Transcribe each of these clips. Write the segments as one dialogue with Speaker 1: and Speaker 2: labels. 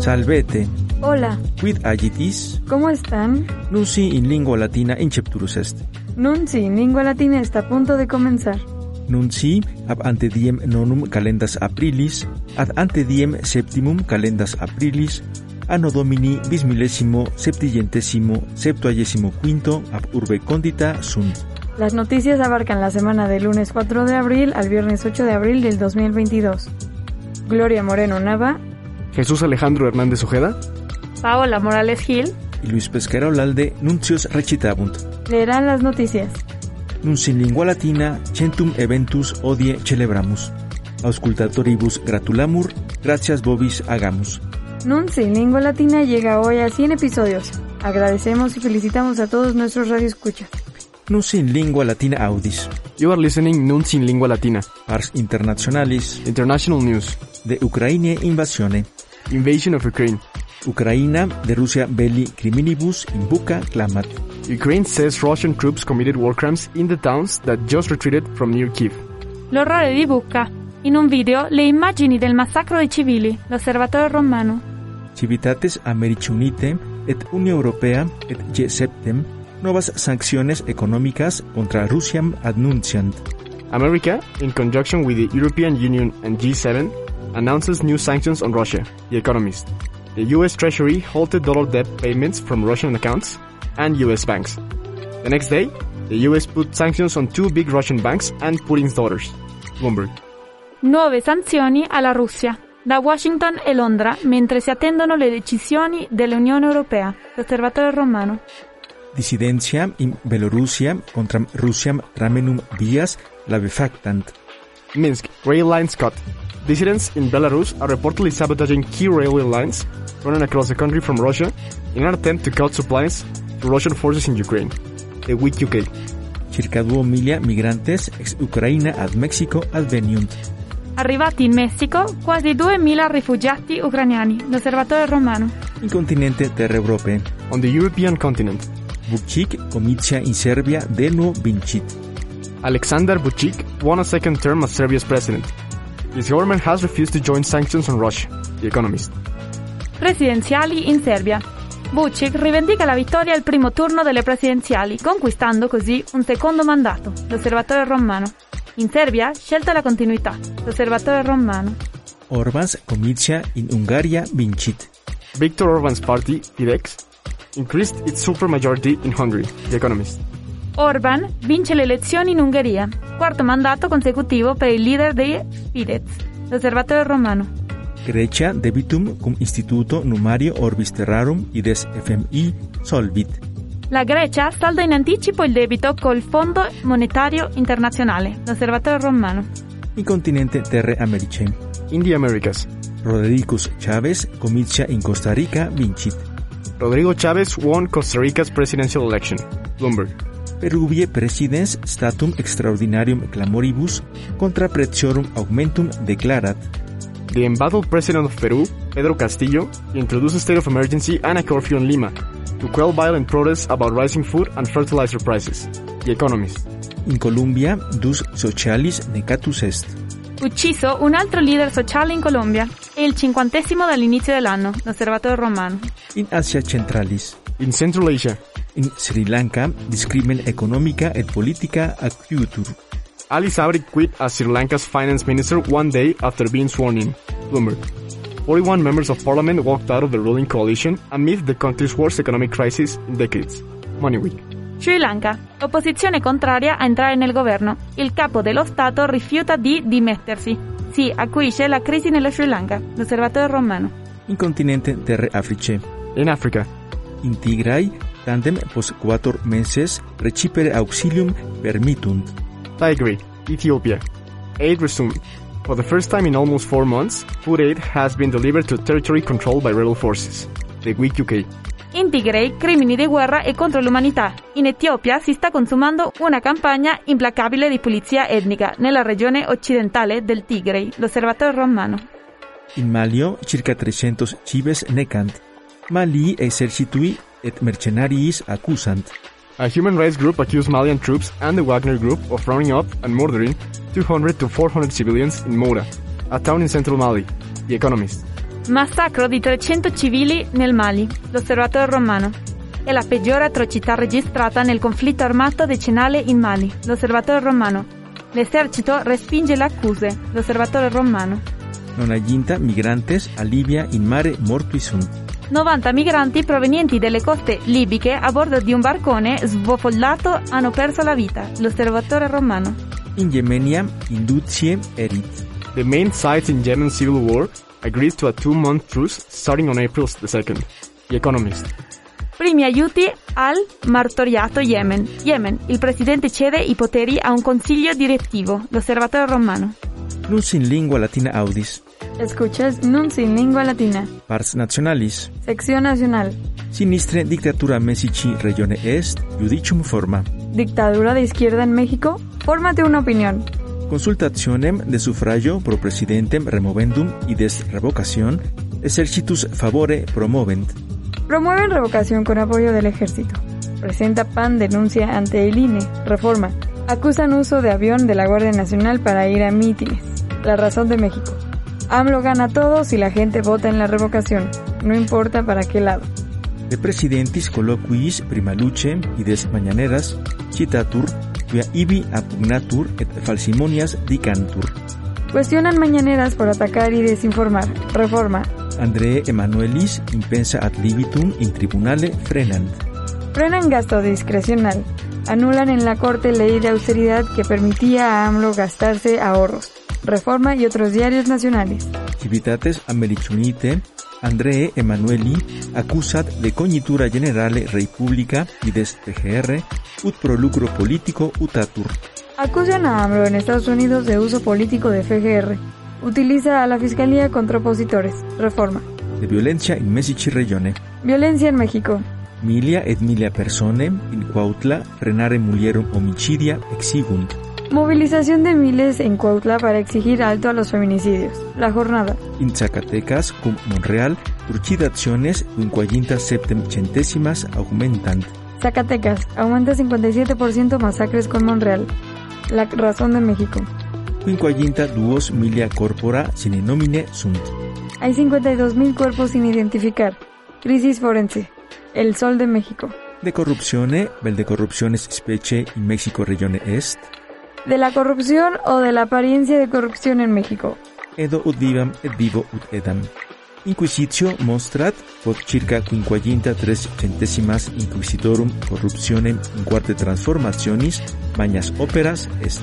Speaker 1: Salvete,
Speaker 2: Hola,
Speaker 1: quid agitis?
Speaker 2: ¿cómo están?
Speaker 1: Nunci in Lingua Latina incepturus est.
Speaker 2: Nunzi, lingua latina está a punto de comenzar.
Speaker 1: Nunci ab ante diem nonum calendas aprilis, ad ante diem septimum calendas aprilis, anno domini bis millesimo septillentesimo septuagesimo quinto ab urbe condita sunt.
Speaker 2: Las noticias abarcan la semana del lunes 4 de abril al viernes 8 de abril del 2022. Gloria Moreno Nava,
Speaker 3: Jesús Alejandro Hernández Ojeda.
Speaker 4: Paola Morales Gil,
Speaker 1: Y Luis Pesquera Olalde nuncios recitabunt.
Speaker 2: leerán las noticias.
Speaker 1: Nunci in lingua latina centum eventus odie celebramus. Auscultatoribus gratulamur, gracias bobis agamus.
Speaker 2: Nunzi, lingua latina llega hoy a 100 episodios. Agradecemos y felicitamos a todos nuestros radioescuchas.
Speaker 1: Nunci in lingua latina audis.
Speaker 3: You are listening Nuns in Lingua Latina.
Speaker 1: Ars internationalis
Speaker 3: International News.
Speaker 1: de Ucraine invasione.
Speaker 3: Invasion of Ukraine.
Speaker 1: Ucraina de Rusia belli criminibus in buca clamat.
Speaker 3: Ukraine says Russian troops committed war crimes in the towns that just retreated from near Kiev.
Speaker 4: l'orrore di Bucca. In un video le immagini del massacro dei civili, l'osservatore romano.
Speaker 1: Civitates Americi Unite et Unión Europea et G7 nuevas sanciones económicas contra Rusia anunciant.
Speaker 3: America, in conjunction with the European Union and G7, announces new sanctions on Russia, The Economist. The US Treasury halted dollar debt payments from Russian accounts and US banks. The next day, the US put sanctions on two big Russian banks and Putin's daughters. Bloomberg.
Speaker 4: Nuove sanzioni alla Russia. Da Washington e Londra, mentre si attendono le decisioni dell'Unione Europea, l'osservatore romano.
Speaker 1: Disidencia in Belorussia contra Rusiam tramenum vias labefactant.
Speaker 3: Minsk, rail lines cut. Dissidents in Belarus are reportedly sabotaging key railway lines running across the country from Russia in an attempt to cut supplies to Russian forces in Ukraine. The weak UK.
Speaker 1: Circa duo milia migrantes ex Ucraina ad Mexico adveniunt.
Speaker 4: Arrivati in Messico, quasi 2.000 rifugiati ucraniani, l'osservatore romano.
Speaker 1: In continente terre Europe.
Speaker 3: On the European continent,
Speaker 1: Vucic comitia in Serbia de no vincit.
Speaker 3: Alexander Vucic won a second term as Serbia's president. His government has refused to join sanctions on Russia, The Economist.
Speaker 4: Presidenziali in Serbia. Vucic rivendica la vittoria al primo turno delle presidenziali, conquistando così un secondo mandato, l'osservatore romano. In Serbia, scelta la continuità, l'osservatore romano.
Speaker 1: Orbans comitia in Hungaria vincit.
Speaker 3: Viktor Orban's party, Fidesz, increased its supermajority in Hungary, The Economist.
Speaker 4: Orban vince le elezioni in Ungheria, quarto mandato consecutivo per il leader dei Fidesz, l'osservatore romano.
Speaker 1: Grecia debitum cum instituto numario orbis terrarum ides FMI solvit.
Speaker 4: La Grecia salda in anticipo il debito col Fondo Monetario Internazionale, l'osservatore romano.
Speaker 1: In continente terre americe.
Speaker 3: In the Americas,
Speaker 1: Rodericus Chávez comitia in Costa Rica vincit.
Speaker 3: Rodrigo Chavez won Costa Rica's presidential election, Bloomberg.
Speaker 1: Peruvie presidens statum extraordinarium clamoribus contra pretiorum augmentum declarat.
Speaker 3: The embattled president of Peru, Pedro Castillo, introduced a state of emergency and a curfew in Lima to quell violent protests about rising food and fertilizer prices. The Economist.
Speaker 1: In Colombia dus socialis necatus est.
Speaker 4: Ucciso un altro leader sociale in Colombia. È il cinquantesimo dall'inizio dell'anno, l'osservatore romano.
Speaker 1: In Asia centralis.
Speaker 3: In Central Asia,
Speaker 1: In Sri Lanka discrimen economica et politica acuitur.
Speaker 3: Ali Sabri quit as Sri Lanka's finance minister one day after being sworn in. Bloomberg. 41 members of parliament walked out of the ruling coalition amid the country's worst economic crisis in decades. Money Week.
Speaker 4: Sri Lanka, opposizione contraria a entrare nel governo. Il capo dello Stato rifiuta di dimettersi. Si acuisce la crisi nello Sri Lanka, l'osservatore romano.
Speaker 1: Incontinente terre africe.
Speaker 3: In Africa,
Speaker 1: In Tigray, tandem post quator menses recipere auxilium permittunt.
Speaker 3: Tigray, Ethiopia. Aid resumed. For the first time in almost four months, food aid has been delivered to territory controlled by rebel forces. The Week UK.
Speaker 4: In Tigray, crimini di guerra e contro l'umanità. In Etiopia si sta consumando una campagna implacabile di pulizia etnica nella regione occidentale del Tigray, l'osservatore romano.
Speaker 1: In Malio, circa 300 cives necant. Mali exercitui et mercenariis accusant.
Speaker 3: A human rights group accused Malian troops and the Wagner group of rounding up and murdering 200 to 400 civilians in Mora, a town in central Mali. The Economist.
Speaker 4: Massacro di 300 civili nel Mali, l'osservatore romano. È la peggiore atrocità registrata nel conflitto armato decennale in Mali, l'osservatore romano. L'esercito respinge le accuse, l'osservatore romano.
Speaker 1: Non aginta migrantes a Libia in mare mortuis sunt.
Speaker 4: 90 migranti provenienti dalle coste libiche a bordo di un barcone sbofollato hanno perso la vita, l'osservatore romano.
Speaker 1: In Yemenia inducie erit.
Speaker 3: The main sides in Yemen's civil war agreed to a two-month truce starting on April the 2nd. The Economist.
Speaker 4: Primi aiuti al martoriato Yemen. Yemen, il presidente cede i poteri a un consiglio direttivo, l'osservatore romano.
Speaker 1: Nus in lingua latina audis.
Speaker 2: Escuchas Nuns in Lingua Latina,
Speaker 1: Pars nationalis.
Speaker 2: sección nacional,
Speaker 1: Sinistre dictatura messici regione est judicium forma.
Speaker 2: dictadura de izquierda en México, fórmate una opinión.
Speaker 1: Consultationem de suffragio pro presidentem removendum y des revocación exercitus favore promovent.
Speaker 2: Promueven revocación con apoyo del ejército. Presenta PAN denuncia ante el INE, reforma. Acusan uso de avión de la Guardia Nacional para ir a mítines. La razón de México. AMLO gana todo si la gente vota en la revocación, no importa para qué lado.
Speaker 1: De presidentis colloquis prima luce y des mañaneras citatur quia ibi appugnatur et falsimonias dicantur.
Speaker 2: Cuestionan mañaneras por atacar y desinformar. Reforma.
Speaker 1: André Emanuelis impensa ad libitum in tribunale frenant.
Speaker 2: Frenan gasto discrecional. Anulan en la Corte ley de austeridad que permitía a AMLO gastarse ahorros. Reforma y otros diarios nacionales.
Speaker 1: Civitates Americunite, André Emanueli accusat de cognitura generale rei publica y des TGR ut pro lucro politico utatur.
Speaker 2: Acusan a AMLO en Estados Unidos de uso político de FGR. Utiliza a la Fiscalía contra opositores. Reforma.
Speaker 1: de violencia in messici regione.
Speaker 2: Violencia en México.
Speaker 1: Milia et milia persone in Cuautla frenare mulierum homicidia exigunt.
Speaker 2: Movilización de miles en Cuautla para exigir alto a los feminicidios. La jornada.
Speaker 1: In Zacatecas cum Monreal turcidaciones quinquaginta septem centesimas aumentant.
Speaker 2: Zacatecas. Aumenta 57% masacres con Monreal. La razón de México.
Speaker 1: Quinquaginta duos milia corpora sine nomine sunt.
Speaker 2: Hay 52.000 cuerpos sin identificar. Crisis forense. El Sol de México.
Speaker 1: De corruptione vel de corruptiones specie in Mexico regione est.
Speaker 2: De la corrupción o de la apariencia de corrupción en México.
Speaker 1: Edo ut vivam et vivo ut edam. Inquisitio mostrat, quod circa quinquaginta tres centesimas inquisitorum corruptionem in quarte transformationis, mañas óperas est.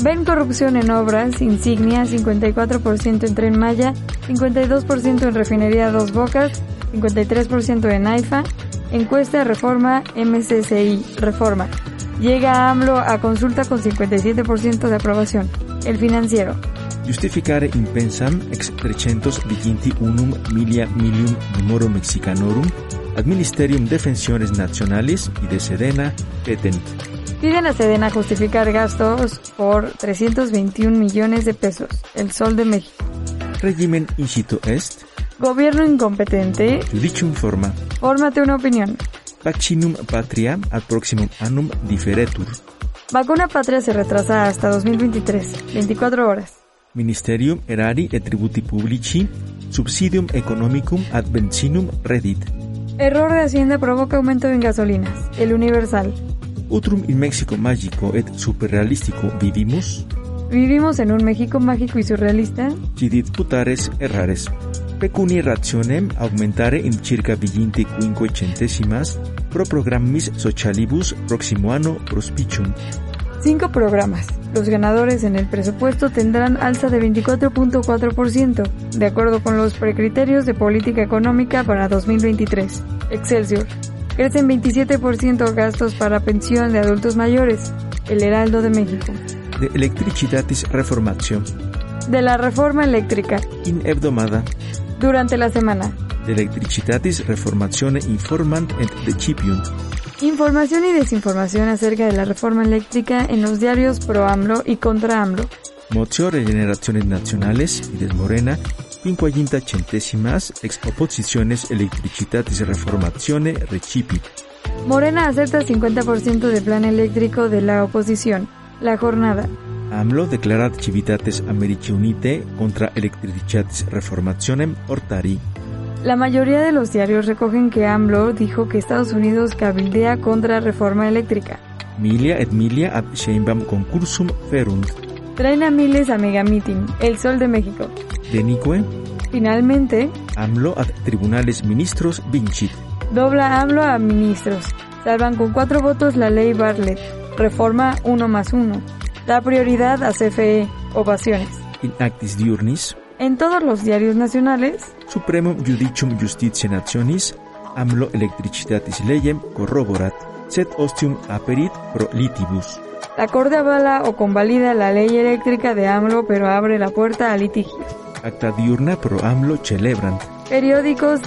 Speaker 2: Ven corrupción en obras, insignia, 54% en Tren Maya, 52% en Refinería Dos Bocas, 53% en AIFA. Encuesta Reforma MCCI. Reforma. Llega AMLO a consulta con 57% de aprobación. El financiero.
Speaker 1: Justificare impensam ex 300 viginti unum milia milium numorum mexicanorum ad ministerium defensiones nationalis y de sedena petent.
Speaker 2: Piden a Sedena justificar gastos por 321 millones de pesos. El Sol de México.
Speaker 1: Regimen incito est,
Speaker 2: Gobierno incompetente.
Speaker 1: judicium forma.
Speaker 2: Fórmate una opinión.
Speaker 1: Pacinum patria ad proximum annum diferetur.
Speaker 2: Vacuna Patria se retrasa hasta 2023. 24 horas.
Speaker 1: Ministerium erari et tributi publici subsidium economicum ad benzinum redit.
Speaker 2: Error de Hacienda provoca aumento en gasolinas. El Universal.
Speaker 1: Utrum in Mexico magico et superrealistico vivimus,
Speaker 2: Vivimos en un México mágico y surrealista.
Speaker 1: quidit putares errares. pecuni rationem aumentare in circa 25 centesimas pro programmis socialibus proximo anno prospicium.
Speaker 2: Cinco programas. Los ganadores en el presupuesto tendrán alza de 24.4%, de acuerdo con los precriterios de política económica para 2023. Excelsior. Crecen 27% gastos para pensión de adultos mayores. El Heraldo de México.
Speaker 1: De electricitatis reformatio.
Speaker 2: De la reforma eléctrica.
Speaker 1: In hebdomada.
Speaker 2: Durante la semana.
Speaker 1: De electricitatis reformatione informant et decipiunt.
Speaker 2: Información y desinformación acerca de la reforma eléctrica en los diarios pro AMLO y contra AMLO.
Speaker 1: Motio Regeneraciones Nacionales y Desmorena, quinquaginta centésimas, ex opposiciones electricitatis reformatione recipit.
Speaker 2: Morena acepta 50% de plan eléctrico de la oposición. La jornada.
Speaker 1: AMLO declarat civitates Americi Unite contra electricitatis reformationem hortari.
Speaker 2: La mayoría de los diarios recogen que AMLO dijo que Estados Unidos cabildea contra reforma eléctrica.
Speaker 1: Milia et milia ad Sheinbaum concursum ferunt.
Speaker 2: Traen a miles a Megamitin, El Sol de México.
Speaker 1: Denique,
Speaker 2: Finalmente,
Speaker 1: AMLO ad tribunales ministros vincit.
Speaker 2: dobla AMLO a ministros. Salvan con cuatro votos la ley Bartlett. Reforma 1 más 1. Da prioridad a CFE. Ovaciones.
Speaker 1: In actis diurnis,
Speaker 2: En todos los diarios nacionales,
Speaker 1: supremum judicium justitiae nationis, AMLO electricitatis legem corroborat, sed ostium aperit pro litibus.
Speaker 2: la Corte avala o convalida la ley eléctrica de AMLO pero abre la puerta a litigios.
Speaker 1: Acta diurna pro AMLO celebrant,
Speaker 2: Periódicos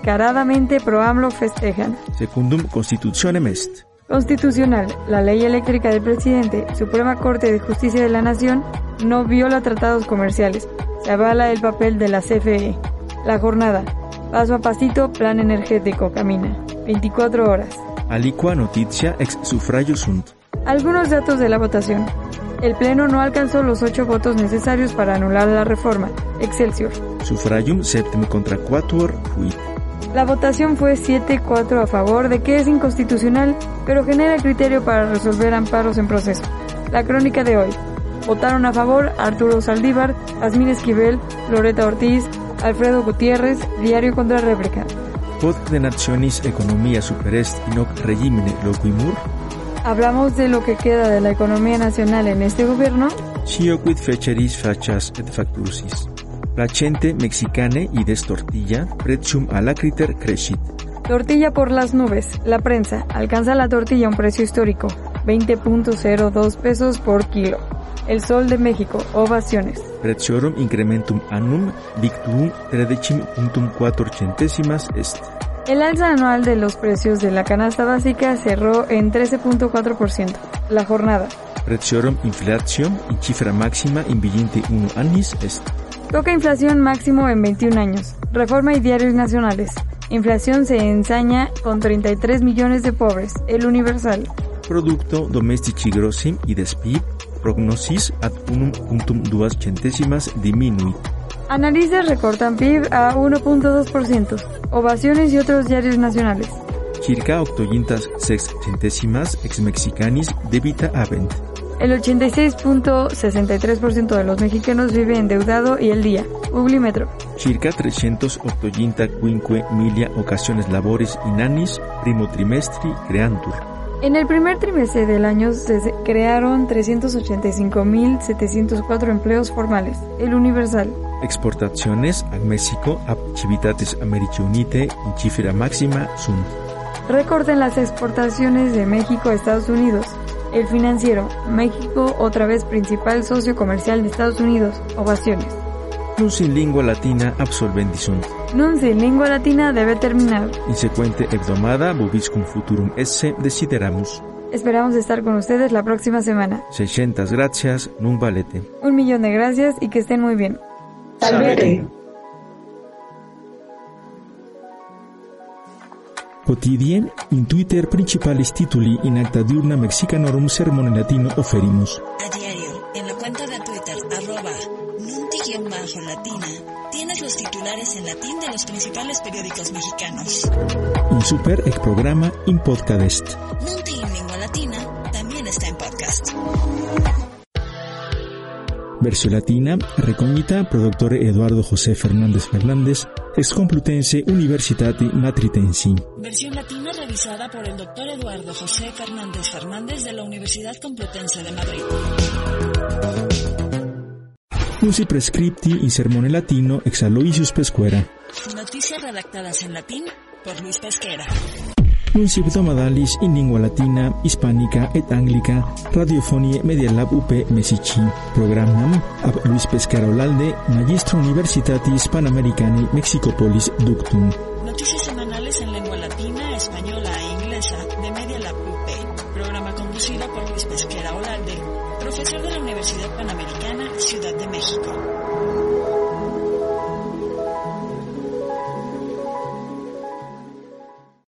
Speaker 2: descaradamente pro AMLO festejan.
Speaker 1: secundum constitutionem est.
Speaker 2: Constitucional, la ley eléctrica del presidente, Suprema Corte de Justicia de la Nación, no viola tratados comerciales. Se avala el papel de la CFE. La jornada, paso a pasito, plan energético, camina. 24 horas.
Speaker 1: Aliqua notitia ex suffragio sunt.
Speaker 2: Algunos datos de la votación. El Pleno no alcanzó los ocho votos necesarios para anular la reforma. Excelsior.
Speaker 1: Suffragium septem contra quatuor fuit.
Speaker 2: La votación fue 7-4 a favor de que es inconstitucional, pero genera criterio para resolver amparos en proceso. La crónica de hoy. Votaron a favor Arturo Saldívar, Asmín Esquivel, Loreta Ortiz, Alfredo Gutiérrez, Diario contra Réplica.
Speaker 1: Quod de nationis economia superest in hoc regimine loquimur,
Speaker 2: Hablamos de lo que queda de la economía nacional en este gobierno.
Speaker 1: scio quid feceris facias et factursis. Placente mexicane y destortilla, pretium alacriter crescit.
Speaker 2: Tortilla por las nubes. La prensa alcanza la tortilla a un precio histórico, 20.02 pesos por kilo. El Sol de México, ovaciones.
Speaker 1: Pretiorum incrementum annum dictum tredecim puntum quator centesimas est.
Speaker 2: El alza anual de los precios de la canasta básica cerró en 13.4%. La jornada.
Speaker 1: Pretiorum inflatio in cifra maxima in vigente uno annis est.
Speaker 2: Toca inflación máximo en 21 años. Reforma y diarios nacionales. Inflación se ensaña con 33 millones de pobres. El Universal.
Speaker 1: Producto domestici grossim y despib prognosis ad unum puntum duas centesimas diminuit.
Speaker 2: Analistas recortan PIB a 1.2%. Ovaciones y otros diarios nacionales.
Speaker 1: Circa octogintas sex centesimas ex mexicanis debita avent.
Speaker 2: El 86.63% de los mexicanos vive endeudado y el día. Publimetro.
Speaker 1: Circa 380 quinque milia occasiones laboris in annis primo trimestri creantur.
Speaker 2: En el primer trimestre del año se se- crearon 385.704 empleos formales. El Universal.
Speaker 1: Exportaciones a México ab civitatis Americi Unite in cifra maxima sunt.
Speaker 2: Récord en las exportaciones de México a Estados Unidos. El Financiero. México, otra vez principal socio comercial de Estados Unidos. Ovaciones.
Speaker 1: Plus in lingua latina absolvendi sunt.
Speaker 2: Nunci, lengua latina debe terminar.
Speaker 1: Insequente hebdomada bobiscum futurum esse desideramus.
Speaker 2: Esperamos estar con ustedes la próxima semana.
Speaker 1: 600 gracias, nun valete.
Speaker 2: Un millón de gracias y que estén muy bien.
Speaker 5: Salvete.
Speaker 1: Quotidie in Twitter principalis tituli in acta diurna mexicanorum sermone latino oferimus.
Speaker 6: A diario, en la cuenta de Twitter, arroba nunti-latina, tienes los titulares en latín de los principales periódicos mexicanos.
Speaker 1: In super ec programa in podcast.
Speaker 6: Nunti en lengua latina también está en podcast.
Speaker 1: Versolatina, Recognita, productor Eduardo José Fernández Fernández, ex Complutense Universitati Matritensi.
Speaker 6: Versión latina revisada por el doctor Eduardo José Fernández Fernández de la Universidad Complutense de Madrid.
Speaker 1: Usi prescripti in sermone latino ex Aloysius Pescuera.
Speaker 6: Noticias redactadas en latín por Luis Pesquera.
Speaker 1: Nuncip domadalis in lingua latina, hispánica et anglica, radiofonie Medialab UP Mesici. Programam ab Luis Pescara Olalde, Magistro Universitatis Panamericani Mexicopolis Ductum.
Speaker 6: Noticias semanales en lengua latina, española e inglesa de Media Lab UP. Programa conducido por Luis Pesquera Olalde, profesor de la Universidad Panamericana, Ciudad de México.